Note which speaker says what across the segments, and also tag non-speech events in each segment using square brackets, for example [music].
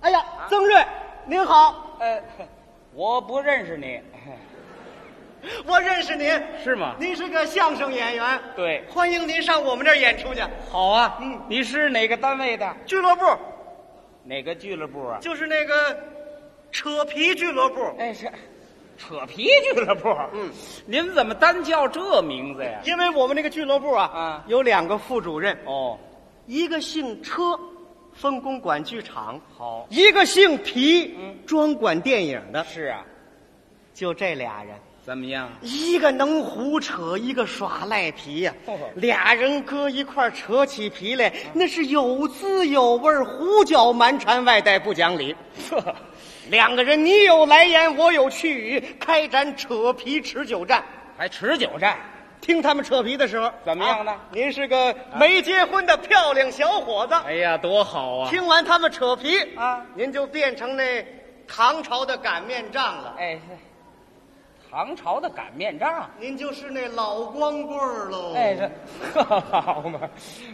Speaker 1: 哎
Speaker 2: 曾瑞，您好，
Speaker 1: 呃， [laughs] 我不认识你， [laughs]
Speaker 2: 我认识您，
Speaker 1: 是吗？
Speaker 2: 您是个相声演员，
Speaker 1: 对
Speaker 2: 欢迎您上我们这儿演出去。
Speaker 1: 好啊，
Speaker 2: 嗯
Speaker 1: 你是哪个单位的？
Speaker 2: 俱乐部
Speaker 1: 哪个俱乐部啊？
Speaker 2: 就是那个扯皮俱乐部，
Speaker 1: 哎，是扯皮俱乐部。
Speaker 2: 嗯，
Speaker 1: 您怎么单叫这名字呀？
Speaker 2: 因为我们那个俱乐部啊，
Speaker 1: 啊
Speaker 2: 有两个副主任，
Speaker 1: 哦，
Speaker 2: 一个姓车，分公管剧场；
Speaker 1: 好，
Speaker 2: 一个姓皮，
Speaker 1: 嗯
Speaker 2: 专管电影的。
Speaker 1: 是啊，
Speaker 2: 就这俩人，
Speaker 1: 怎么样？
Speaker 2: 一个能胡扯，一个耍赖皮呀、
Speaker 1: 哦啊
Speaker 2: 俩人搁一块儿扯起皮来，那是有滋有味儿，胡搅蛮缠，外带不讲理。
Speaker 1: 呵，
Speaker 2: 两个人你有来言，我有去语，开展扯皮持久战。
Speaker 1: 还持久战？
Speaker 2: 听他们扯皮的时候，
Speaker 1: 怎么样呢
Speaker 2: 啊您是个没结婚的漂亮小伙子。
Speaker 1: 哎呀，多好啊！
Speaker 2: 听完他们扯皮
Speaker 1: 啊
Speaker 2: 您就变成那唐朝的擀面杖了，
Speaker 1: 哎，是唐朝的擀面杖。
Speaker 2: 您就是那老光棍儿喽。
Speaker 1: 哎，这呵 [laughs] 好嘛，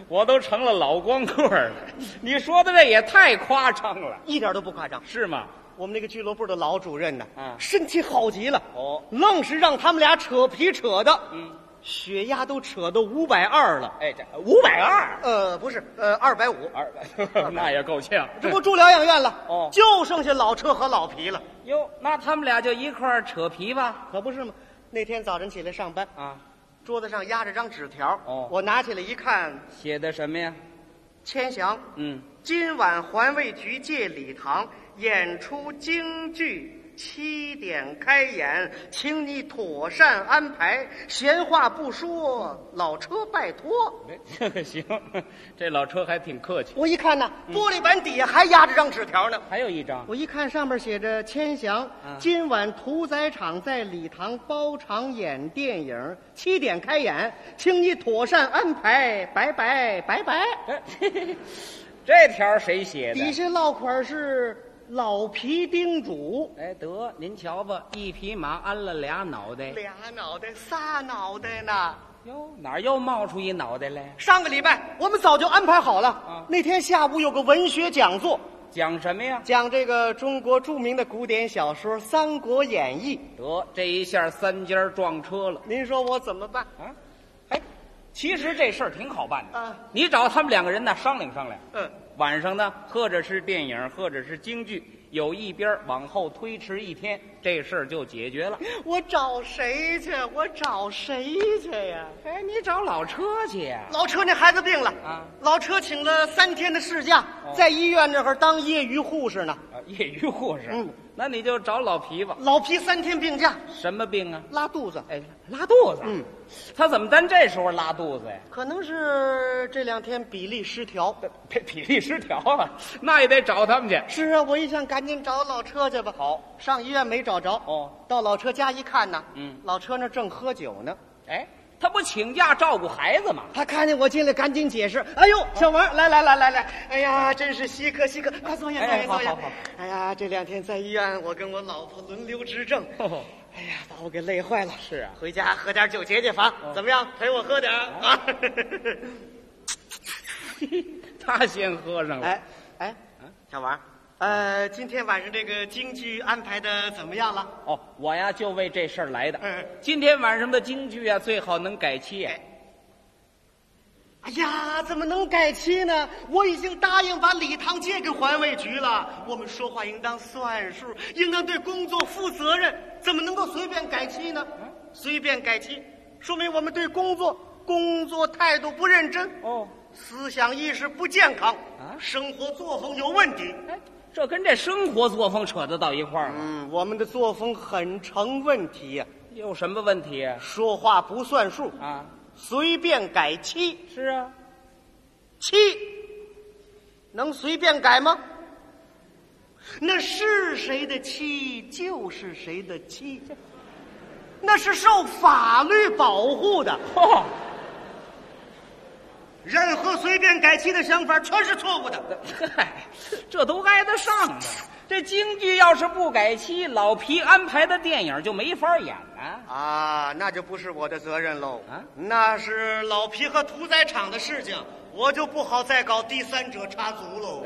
Speaker 1: 我都成了老光棍儿 [laughs] 了。你说的这也太夸张了，
Speaker 2: 一点都不夸张。
Speaker 1: 是吗？
Speaker 2: 我们那个俱乐部的老主任呢，
Speaker 1: 嗯
Speaker 2: 身体好极了，
Speaker 1: 哦
Speaker 2: 愣是让他们俩扯皮扯的，
Speaker 1: 嗯，
Speaker 2: 血压都扯到五百二了。
Speaker 1: 哎，这五百二，
Speaker 2: 呃，不是，呃，二百五。
Speaker 1: 二百，那也够呛。
Speaker 2: 这不住疗养院了，
Speaker 1: 哦
Speaker 2: 就剩下老车和老皮了，
Speaker 1: 哟，那他们俩就一块儿扯皮吧？
Speaker 2: 可不是吗？那天早晨起来上班，
Speaker 1: 啊，
Speaker 2: 桌子上压着张纸条，
Speaker 1: 哦
Speaker 2: 我拿起来一看，
Speaker 1: 写的什么呀？
Speaker 2: 千祥
Speaker 1: 嗯，
Speaker 2: 今晚环卫局借礼堂演出京剧，七点开演，请你妥善安排。闲话不说，老车拜托。
Speaker 1: 哎 [laughs] 行，这老车还挺客气。
Speaker 2: 我一看呢，玻璃板底下还压着张纸条呢。啊
Speaker 1: 还有一张，
Speaker 2: 嗯我一看上面写着“千祥
Speaker 1: 嗯，
Speaker 2: 今晚屠宰场在礼堂包场演电影，七点开演，请你妥善安排。拜拜拜拜。
Speaker 1: 哎 [laughs] 这条谁写
Speaker 2: 底
Speaker 1: 的？
Speaker 2: 下落款是老皮叮嘱。
Speaker 1: 哎，得您瞧吧，一匹马安了俩脑袋。
Speaker 2: 俩脑袋，仨脑袋呢。
Speaker 1: 哟，哪儿又冒出一脑袋来？
Speaker 2: 上个礼拜我们早就安排好了，
Speaker 1: 嗯
Speaker 2: 那天下午有个文学讲座，
Speaker 1: 讲什么呀？
Speaker 2: 讲这个中国著名的古典小说《三国演义》。
Speaker 1: 得，这一下三家撞车了
Speaker 2: 您说我怎么办？
Speaker 1: 啊！哎，其实这事儿挺好办的。
Speaker 2: 啊
Speaker 1: 你找他们两个人呢商量商量。
Speaker 2: 嗯，
Speaker 1: 晚上呢，或者是电影，或者是京剧，有一边儿往后推迟一天，这事儿就解决了。
Speaker 2: 我找谁去？我找谁去呀？
Speaker 1: 哎，你找老车去啊呀、
Speaker 2: 老车那孩子病了
Speaker 1: 啊哦
Speaker 2: 老车请了三天的事假，在医院那会儿当业余护士呢。
Speaker 1: 啊？业余护士。
Speaker 2: 嗯，
Speaker 1: 那你就找老皮吧。
Speaker 2: 老皮三天病假，
Speaker 1: 什么病啊？
Speaker 2: 拉肚子，
Speaker 1: 哎，拉肚子。
Speaker 2: 嗯，
Speaker 1: 他怎么在这时候拉肚子呀？
Speaker 2: 可能是这两天比例失调。
Speaker 1: 体体力失调啊，那也得找他们去。
Speaker 2: 是啊，我一想赶紧找老车去吧。好，上医院没找着。
Speaker 1: 哦，
Speaker 2: 到老车家一看呢，
Speaker 1: 嗯
Speaker 2: 老车那正喝酒呢。
Speaker 1: 哎，他不请假照顾孩子吗？
Speaker 2: 他看见我进来，赶紧解释：“哎呦，小王，来来来来来，哎呀，真是稀客稀客，快坐下
Speaker 1: 哎
Speaker 2: 坐下
Speaker 1: 好
Speaker 2: 坐下
Speaker 1: 好好。
Speaker 2: 哎呀，这两天在医院，我跟我老婆轮流执政，
Speaker 1: [laughs] 哦
Speaker 2: 哎呀，把我给累坏了。
Speaker 1: 是啊哦
Speaker 2: 回家喝点酒解解乏，怎么样？陪我喝点儿啊？
Speaker 1: 他先喝 [laughs] 上了。
Speaker 2: 哎哎，
Speaker 1: 嗯
Speaker 2: 小王，呃，今天晚上这个京剧安排的怎么样了？
Speaker 1: 哦，我呀就为这事儿来的。
Speaker 2: 嗯
Speaker 1: 今天晚上的京剧啊，最好能改期啊。
Speaker 2: 哎呀，怎么能改期呢？我已经答应把礼堂借给环卫局了。我们说话应当算数，应当对工作负责任，怎么能够随便改期呢？随便改期，说明我们对工作工作态度不认真，
Speaker 1: 哦，
Speaker 2: 思想意识不健康，
Speaker 1: 啊
Speaker 2: 生活作风有问题。
Speaker 1: 哎，这跟这生活作风扯得到一块儿了，
Speaker 2: 嗯，我们的作风很成问题呀、
Speaker 1: 有什么问题啊？
Speaker 2: 说话不算数，
Speaker 1: 啊，
Speaker 2: 随便改期。
Speaker 1: 是啊，
Speaker 2: 七，能随便改吗？那是谁的妻就是谁的妻，那是受法律保护的。
Speaker 1: 哦，
Speaker 2: 任何随便改妻的想法全是错误的。
Speaker 1: 嗨，这都挨得上吗？这京剧要是不改期，老皮安排的电影就没法演了、
Speaker 2: 啊啊，那就不是我的责任喽
Speaker 1: 啊
Speaker 2: 那是老皮和屠宰场的事情，我就不好再搞第三者插足喽，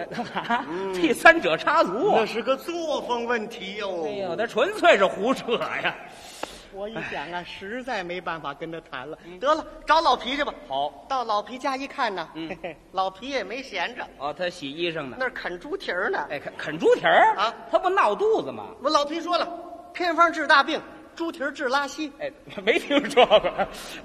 Speaker 1: 第三者插足
Speaker 2: 嗯
Speaker 1: 啊
Speaker 2: 那，是个作风问题哟、
Speaker 1: 哎呦，他纯粹是胡扯呀！
Speaker 2: 我一想啊，实在没办法跟他谈了，得了，找老皮去吧。
Speaker 1: 好，
Speaker 2: 到老皮家一看呢，
Speaker 1: 嗯
Speaker 2: 嘿嘿老皮也没闲着，
Speaker 1: 哦，他洗衣裳呢
Speaker 2: 那，儿啃猪蹄儿呢。
Speaker 1: 哎，啃啃猪蹄儿
Speaker 2: 啊，
Speaker 1: 他不闹肚子吗？
Speaker 2: 我老皮说了，偏方治大病，猪蹄儿治拉稀。
Speaker 1: 哎，没听说过，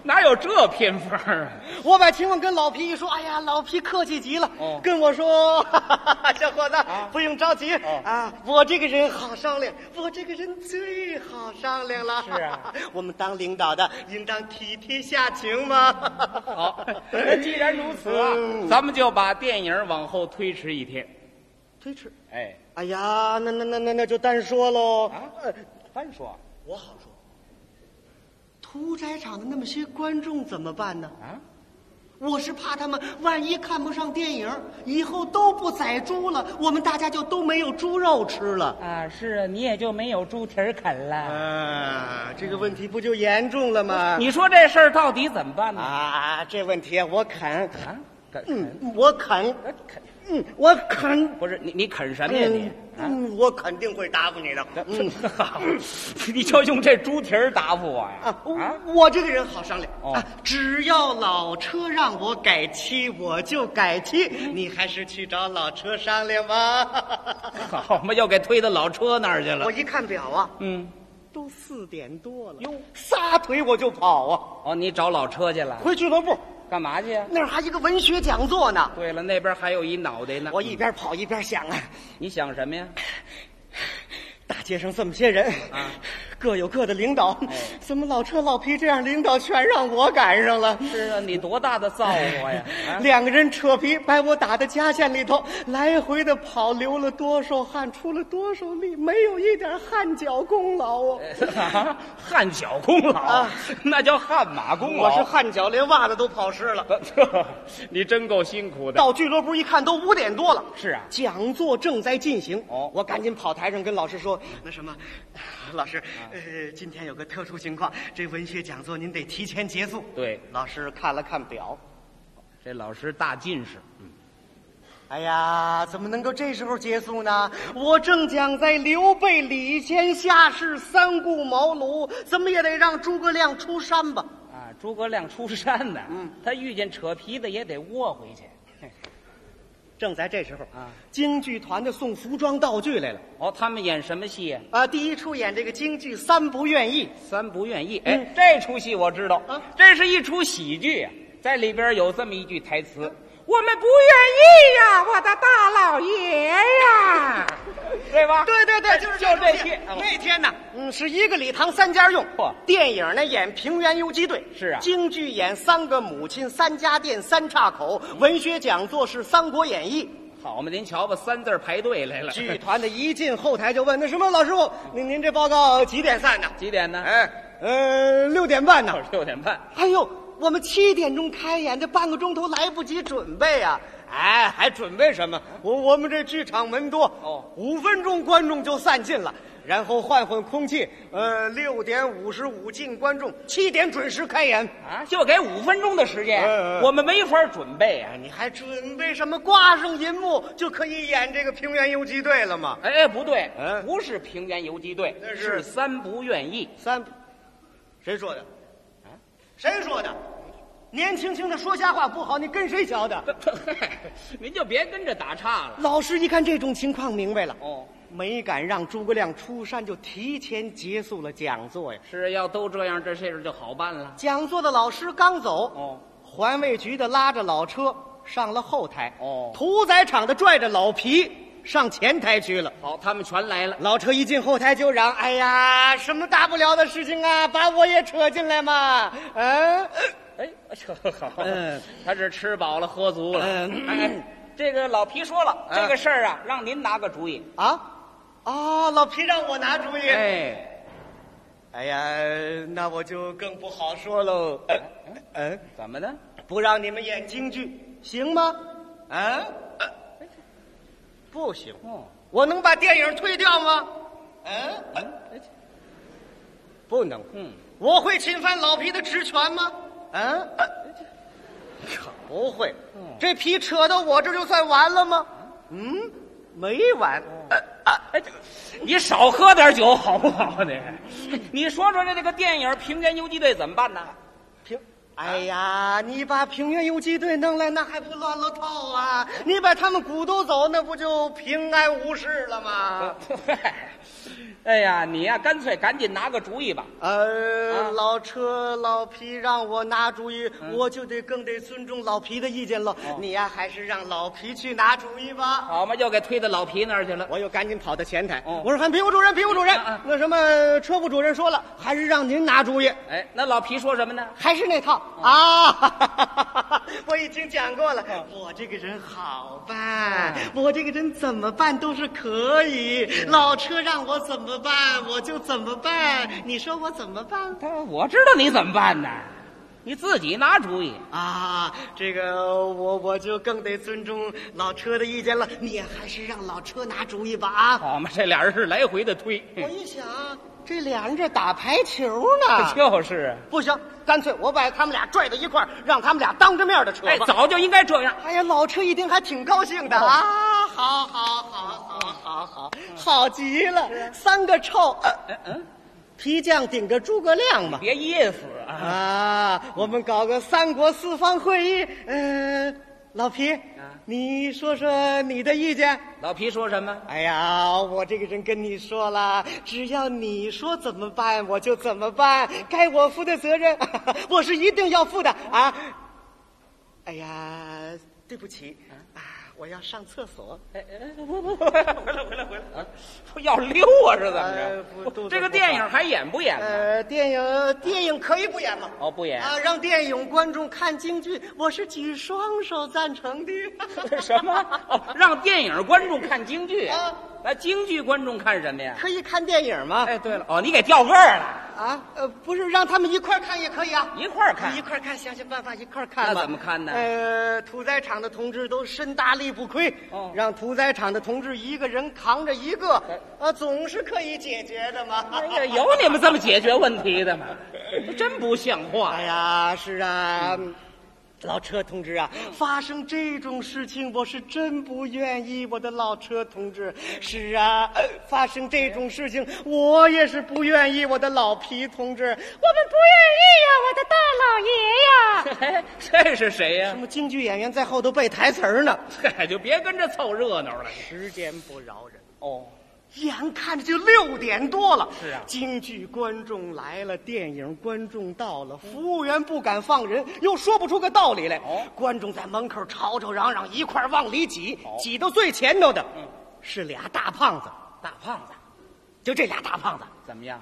Speaker 1: 哪有这偏方啊？
Speaker 2: 我把情况跟老皮一说，哎呀，老皮客气极了，
Speaker 1: 哦啊
Speaker 2: 跟我说， [laughs] 哈哈哈小伙子、不用着急、
Speaker 1: 哦
Speaker 2: 啊，我这个人好商量，我这个人最好商量了。
Speaker 1: 是啊，
Speaker 2: [laughs] 我们当领导的应当体贴下情嘛。 [laughs]
Speaker 1: 好，那 [laughs] 既然如此啊，
Speaker 2: 嗯
Speaker 1: [laughs] 咱们就把电影往后推迟一天。
Speaker 2: 推迟。
Speaker 1: 哎，
Speaker 2: 哎呀，那那那那那就单说喽。
Speaker 1: 啊
Speaker 2: 呃，
Speaker 1: 单说
Speaker 2: 我好说。屠宰场的那么些观众怎么办呢？
Speaker 1: 啊，
Speaker 2: 我是怕他们万一看不上电影，以后都不宰猪了，我们大家就都没有猪肉吃了。
Speaker 1: 啊，是啊，你也就没有猪蹄儿啃了。
Speaker 2: 啊，这个问题不就严重了吗？
Speaker 1: 你说这事儿到底怎么办呢？
Speaker 2: 啊，这问题我肯，
Speaker 1: 啊，啃啃
Speaker 2: 嗯，我肯，
Speaker 1: 啃，
Speaker 2: 嗯，我肯，
Speaker 1: 不是你你啃什么呀你
Speaker 2: 嗯？，嗯我肯定会答复你的。嗯
Speaker 1: 啊， [laughs] 你就用这猪蹄儿答复我呀？
Speaker 2: 啊，我我这个人好商量、
Speaker 1: 哦
Speaker 2: 啊，只要老车让我改漆，我就改漆。你还是去找老车商量
Speaker 1: [laughs]
Speaker 2: 吧。
Speaker 1: 好嘛，又给推到老车那儿去了
Speaker 2: 我。一看表啊，
Speaker 1: 嗯，
Speaker 2: 都四点多了，
Speaker 1: 哟
Speaker 2: 撒腿我就跑啊，
Speaker 1: 哦，你找老车去了？
Speaker 2: 回俱乐部
Speaker 1: 干嘛去呀？
Speaker 2: 那儿还一个文学讲座呢。
Speaker 1: 对了，那边还有一脑袋呢。
Speaker 2: 我一边跑一边想啊，
Speaker 1: 你想什么呀？
Speaker 2: 大街上这么些人，
Speaker 1: 啊
Speaker 2: 各有各的领导，
Speaker 1: 哎
Speaker 2: 怎么老车老皮这样领导全让我赶上了？
Speaker 1: 是啊，你多大的造
Speaker 2: [laughs]
Speaker 1: 化 [laughs] 呀？啊，
Speaker 2: 两个人扯皮，把我打到夹线里头，来回的跑，流了多少汗，出了多少力，没有一点汗脚功劳啊！
Speaker 1: 啊汗脚功劳
Speaker 2: 啊，
Speaker 1: 那叫汗马功劳。
Speaker 2: 我是汗脚，连袜子都跑湿
Speaker 1: 哎
Speaker 2: 了。
Speaker 1: 这， [laughs] 你真够辛苦的。
Speaker 2: 到俱乐部一看，都五点多了。
Speaker 1: 是啊
Speaker 2: 讲座正在进行。
Speaker 1: 哦
Speaker 2: 我赶紧跑台上跟老师说，那什么， [laughs] 老师，呃，今天有个特殊情况，这文学讲座您得提前结束。
Speaker 1: 对
Speaker 2: 老师看了看表，
Speaker 1: 这老师大近视，
Speaker 2: 哎呀，怎么能够这时候结束呢？我正讲在刘备、李谦下士三顾茅庐，怎么也得让诸葛亮出山吧？
Speaker 1: 啊，诸葛亮出山呢，
Speaker 2: 嗯
Speaker 1: 他遇见扯皮的也得窝回去。
Speaker 2: 正在这时候
Speaker 1: 啊，
Speaker 2: 京剧团的送服装道具来了。
Speaker 1: 哦，他们演什么戏呀？
Speaker 2: 啊，第一出演这个京剧《三不愿意
Speaker 1: 三不愿意。哎，
Speaker 2: 嗯
Speaker 1: 这出戏我知道，
Speaker 2: 啊
Speaker 1: 这是一出喜剧，啊在里边有这么一句台词：“
Speaker 2: 嗯
Speaker 1: 我们不愿意呀，我的大老爷
Speaker 2: [laughs]
Speaker 1: 呀，对吧？”哎
Speaker 2: 对对对，哎就是
Speaker 1: 就
Speaker 2: 出
Speaker 1: 这哎
Speaker 2: 戏
Speaker 1: 戏。
Speaker 2: 那天呢，嗯，是一个礼堂三家用
Speaker 1: 嚯。
Speaker 2: 电影呢演平原游击队，
Speaker 1: 是啊
Speaker 2: 京剧演三个母亲、三家店、三岔口，文学讲座是《三国演义》。
Speaker 1: 好嘛，您瞧吧，三字儿排队来了。
Speaker 2: 剧团的一进后台就问：“那什么，老师傅，您您这报告几点散呢
Speaker 1: [laughs] 几点？”呢？
Speaker 2: 哎，呃，六点半呢。
Speaker 1: [laughs] 六点半。
Speaker 2: 哎呦，我们七点钟开演，这半个钟头来不及准备啊！哎，还准备什么？我我们这剧场门多
Speaker 1: 哦
Speaker 2: 五分钟观众就散尽了，然后换换空气。呃，六点五十五进观众，七点准时开演。
Speaker 1: 啊，就给五分钟的时间，
Speaker 2: 嗯嗯
Speaker 1: 我们没法准备啊！
Speaker 2: 哎你还准备什么？挂上银幕就可以演这个平原游击队了吗？
Speaker 1: 哎，不对，
Speaker 2: 嗯
Speaker 1: 不是平原游击队，
Speaker 2: 那是
Speaker 1: 三不愿意。 [laughs]
Speaker 2: 三，谁说的？啊谁说的？年轻轻的说瞎话不好，你跟谁学的？
Speaker 1: 您就别跟着打岔了。
Speaker 2: 老师一看这种情况，明白了，
Speaker 1: 哦，
Speaker 2: 没敢让诸葛亮出山，就提前结束了讲座呀。
Speaker 1: 是要都这样，这事儿就好办了。
Speaker 2: 讲座的老师刚走，
Speaker 1: 哦，
Speaker 2: 环卫局的拉着老车上了后台，
Speaker 1: 哦
Speaker 2: 屠宰场的拽着老皮上前台去了。
Speaker 1: 好，他们全来了。
Speaker 2: 老车一进后台就嚷：“哎呀，什么大不了的事情啊，把我也扯进来嘛！”嗯，
Speaker 1: 哎，这好，
Speaker 2: 嗯
Speaker 1: 他是吃饱了喝足了。
Speaker 2: 嗯
Speaker 1: 哎哎这个老皮说了，
Speaker 2: 嗯
Speaker 1: 这个事儿啊，让您拿个主意。
Speaker 2: 啊，啊，老皮让我拿主意。
Speaker 1: 哎，
Speaker 2: 哎呀，那我就更不好说喽。嗯、嗯
Speaker 1: 怎么的？
Speaker 2: 不让你们演京剧，行吗？啊，不行，
Speaker 1: 哦，
Speaker 2: 我能把电影退掉吗？嗯、
Speaker 1: 哎
Speaker 2: 不能。
Speaker 1: 嗯，
Speaker 2: 我会侵犯老皮的职权吗？嗯、啊可不会，这皮扯到我这就算完了吗？嗯，没完。
Speaker 1: 哎，这你少喝点酒好不好呢？你说说这这个电影《平原游击队》怎么办呢？
Speaker 2: 平，
Speaker 1: 啊
Speaker 2: 哎呀，你把平原游击队弄来，那还不乱了套啊？你把他们鼓捣走，那不就平安无事了
Speaker 1: 啊
Speaker 2: 吗？
Speaker 1: [laughs] 哎呀，你呀、干脆赶紧拿个主意吧。
Speaker 2: 呃，
Speaker 1: 啊嗯
Speaker 2: 老车老皮让我拿主意，我就得更得尊重老皮的意见了。
Speaker 1: 哦
Speaker 2: 你呀，还是让老皮去拿主意吧。
Speaker 1: 好嘛，又给推到老皮那儿去了。
Speaker 2: 我又赶紧跑到前台，
Speaker 1: 哦
Speaker 2: 我说喊皮务主任，皮务主任，
Speaker 1: 啊啊
Speaker 2: 那什么车务主任说了，还是让您拿主意，
Speaker 1: 哎，那老皮说什么呢？
Speaker 2: 还是那套、 [laughs] 啊！我已经讲过了，我这个人好办，我这个人怎么办都是可以。老车让我怎么办，我就怎么办。你说我怎么办？
Speaker 1: 他我知道你怎么办呢，你自己拿主意。
Speaker 2: 啊，这个我我就更得尊重老车的意见了。你还是让老车拿主意吧啊！
Speaker 1: 好嘛，这俩人是来回的推，。
Speaker 2: 我一想，这俩人这打排球呢
Speaker 1: 就是啊。
Speaker 2: [laughs] 不行，干脆我把他们俩拽到一块儿，让他们俩当着面的扯
Speaker 1: 哎，
Speaker 2: 吧。
Speaker 1: 早就应该这样。
Speaker 2: 哎呀，老车一听还挺高兴的、啊！好好好好好好，好极了！三个臭，呃皮匠顶着诸葛亮嘛。
Speaker 1: 别噎死啊！
Speaker 2: 啊，我们搞个三国四方会议。嗯、老皮，你说说你的意见。
Speaker 1: 老皮说什么？
Speaker 2: 哎呀，我这个人跟你说了，只要你说怎么办，我就怎么办。该我负的责任， [laughs] 我是一定要负的啊！哎呀，对不起啊，我要上厕所。
Speaker 1: 哎哎，不不，回来回来回来回来！啊，要溜啊，是怎么
Speaker 2: 哎
Speaker 1: 着
Speaker 2: 不肚子不好？
Speaker 1: 这个电影还演不演呢？
Speaker 2: 呃，电影电影可以不演吗？
Speaker 1: 哦，不演。
Speaker 2: 啊，让电影观众看京剧，我是举双手赞成的。
Speaker 1: [laughs] [laughs] 什么？哦，让电影观众看京剧
Speaker 2: 啊？
Speaker 1: 那京剧观众看什么呀？
Speaker 2: 可以看电影吗？
Speaker 1: 哎，对了，哦，你给掉个儿了，
Speaker 2: 啊，呃，不是，让他们一块儿看也可以啊。
Speaker 1: 一块儿看
Speaker 2: 一。块儿看，想想办法一块儿看吧。
Speaker 1: 那怎么看呢
Speaker 2: 呃，屠宰场的同志都身大力不亏，
Speaker 1: 哦
Speaker 2: 让屠宰场的同志一个人扛着一个，呃，总是可以解决的嘛。
Speaker 1: 哎呀，有你们这么解决问题的吗？真不像话
Speaker 2: [laughs] 哎
Speaker 1: 呀！
Speaker 2: 呀，是啊。
Speaker 1: 嗯
Speaker 2: 老车同志啊，发生这种事情我是真不愿意，我的老车同志。是啊，呃发生这种事情我也是不愿意，我的老皮同志。我们不愿意呀、我的大老爷呀、
Speaker 1: 哎 [laughs] 这是谁呀
Speaker 2: 什、么京剧演员在后头背台词儿呢？
Speaker 1: 嗨，就别跟着凑热闹了。
Speaker 2: 时间不饶人，
Speaker 1: 哦，
Speaker 2: 眼看着就六点多了。
Speaker 1: 是啊
Speaker 2: 京剧观众来了，电影观众到了，服务员不敢放人，又说不出个道理来。
Speaker 1: 哦
Speaker 2: 观众在门口吵吵嚷嚷，一块儿往里挤，
Speaker 1: 好
Speaker 2: 挤到最前头的，
Speaker 1: 嗯
Speaker 2: 是俩大胖子。
Speaker 1: 大胖子
Speaker 2: 就这俩大胖子，
Speaker 1: 怎么样？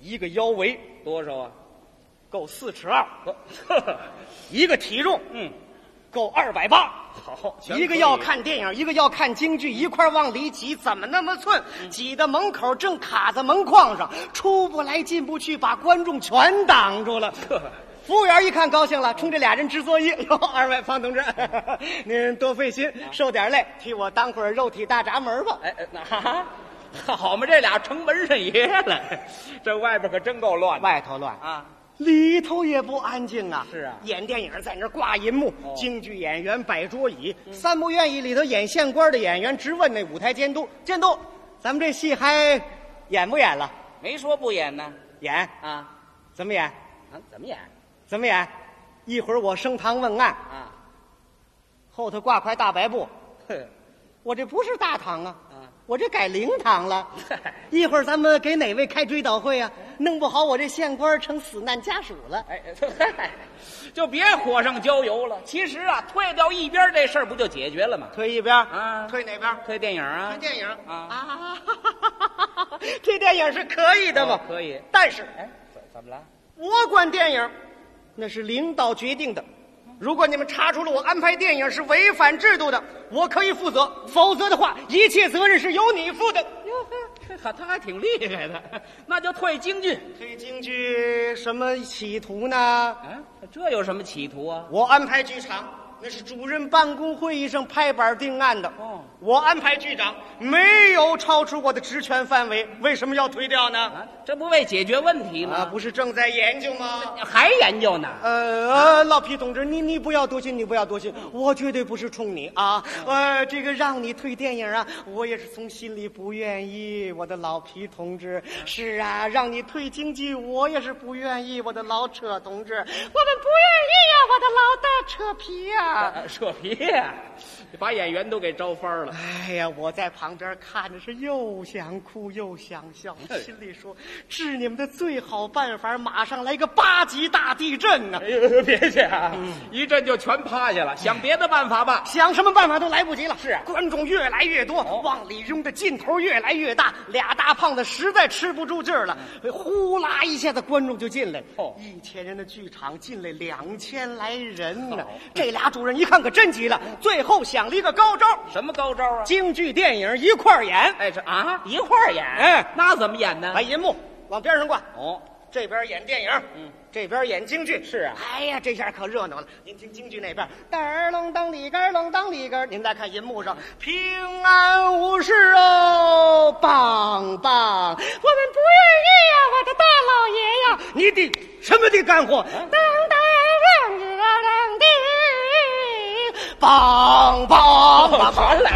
Speaker 2: 一个腰围
Speaker 1: 多少啊？
Speaker 2: 够四尺
Speaker 1: [laughs]
Speaker 2: 二，
Speaker 1: 呵，
Speaker 2: 一个体重
Speaker 1: 嗯，
Speaker 2: 够二百八。
Speaker 1: 好，全
Speaker 2: 一个
Speaker 1: 可以
Speaker 2: 要看电影，一个要看京剧，一块儿往里挤，怎么那么寸？
Speaker 1: 嗯
Speaker 2: 挤到门口正卡在门框上，出不来进不去，把观众全挡住了。
Speaker 1: 呵
Speaker 2: 服务员一看高兴了，冲这俩人直作揖：“ [laughs] 哟，二位方同志， [laughs] 您多费心，
Speaker 1: 啊
Speaker 2: 受点累，替我当会儿肉体大闸门吧。
Speaker 1: 哎，哎那哈哈， [laughs] 好嘛，这俩成门神爷了， [laughs] 这外边可真够乱”的
Speaker 2: 外头乱，
Speaker 1: 啊！
Speaker 2: 里头也不安静啊。
Speaker 1: 是啊
Speaker 2: 演电影在那儿挂银幕，
Speaker 1: 哦嗯
Speaker 2: 京剧演员摆桌椅，三不愿意里头演县官的演员直问那舞台监督：“监督，咱们这戏还演不演了？
Speaker 1: 没说不演呢
Speaker 2: 演？
Speaker 1: 啊
Speaker 2: 怎么演？
Speaker 1: 啊？怎么演
Speaker 2: 怎么演？一会儿我升堂问案，
Speaker 1: 啊？
Speaker 2: 后头挂块大白布。
Speaker 1: 哼，
Speaker 2: 我这不是大堂啊，
Speaker 1: 啊
Speaker 2: 我这改灵堂
Speaker 1: [laughs]
Speaker 2: 了
Speaker 1: 嗨。
Speaker 2: 一会儿咱们给哪位开追悼会啊？弄不好我这县官成死难家属了。
Speaker 1: [laughs] 哎，嗨， [laughs] 就别火上浇油了。其实啊，退掉一边这事儿不就解决了吗？
Speaker 2: 推一边
Speaker 1: 啊
Speaker 2: 推哪边？
Speaker 1: 推电影啊
Speaker 2: 看，电影
Speaker 1: 啊
Speaker 2: 啊， [laughs] 这电影是可以的嘛？
Speaker 1: 哦可以
Speaker 2: 但是
Speaker 1: 哎，怎怎么了？
Speaker 2: 我管电影，那是领导决定的。如果你们查出了我安排电影是违反制度的，我可以负责；否则的话，一切责任是由你负的。
Speaker 1: 哟呵，他他还挺厉害的， [laughs] 那就退京剧。
Speaker 2: 推京剧什么企图呢？
Speaker 1: 啊，这有什么企图啊？
Speaker 2: 我安排剧场，那是主任办公会议上拍板定案的。
Speaker 1: 哦
Speaker 2: 我安排局长没有超出我的职权范围，为什么要推掉呢？
Speaker 1: 啊，这不为解决问题
Speaker 2: 啊，
Speaker 1: 吗？
Speaker 2: 不是正在研究吗？
Speaker 1: 还研究呢？
Speaker 2: 呃，老皮同志，你你不要多心，你不要多心，我绝对不是冲你啊。呃，这个让你退电影啊，我也是从心里不愿意，我的老皮同志。是啊，让你退京剧，我也是不愿意，我的老扯同志。我们不愿意呀、我的老大扯皮呀、
Speaker 1: 啊扯皮呀、把演员都给招翻了。
Speaker 2: 哎呀，我在旁边看着是又想哭又想笑，
Speaker 1: 哎
Speaker 2: 心里说，治你们的最好办法，马上来个八级大地震呢、
Speaker 1: [laughs] 哎呦，别去啊！嗯一阵就全趴下了，想别的办法吧。
Speaker 2: 想什么办法都来不及了。
Speaker 1: 是啊哦
Speaker 2: 观众越来越多，往里扔的劲头越来越大，俩大胖子实在吃不住劲儿了，呼啦一下子观众就进来。
Speaker 1: 嗯哦
Speaker 2: 一千人的剧场进来两千来人呢
Speaker 1: 好。
Speaker 2: 这俩主任一看可真急了，
Speaker 1: 嗯
Speaker 2: 最后想了一个高招，
Speaker 1: 什么高招啊？
Speaker 2: 京剧电影一块儿演，
Speaker 1: 哎，这啊，一块儿演，
Speaker 2: 哎
Speaker 1: 那怎么演呢
Speaker 2: 把？银幕往边上挂。
Speaker 1: 哦，
Speaker 2: 这边演电影，嗯，这边演京剧，
Speaker 1: 是啊
Speaker 2: 哎呀，这下可热闹了。您听京剧那边，当儿啷当里杆儿啷当里杆儿，您再看银幕上，平安无事哦，棒棒。我们不愿意呀、我的大老爷呀，你得什么得干活，
Speaker 1: 嗯
Speaker 2: 当当当当当的，棒棒棒棒。
Speaker 1: 哦 [laughs] 好了，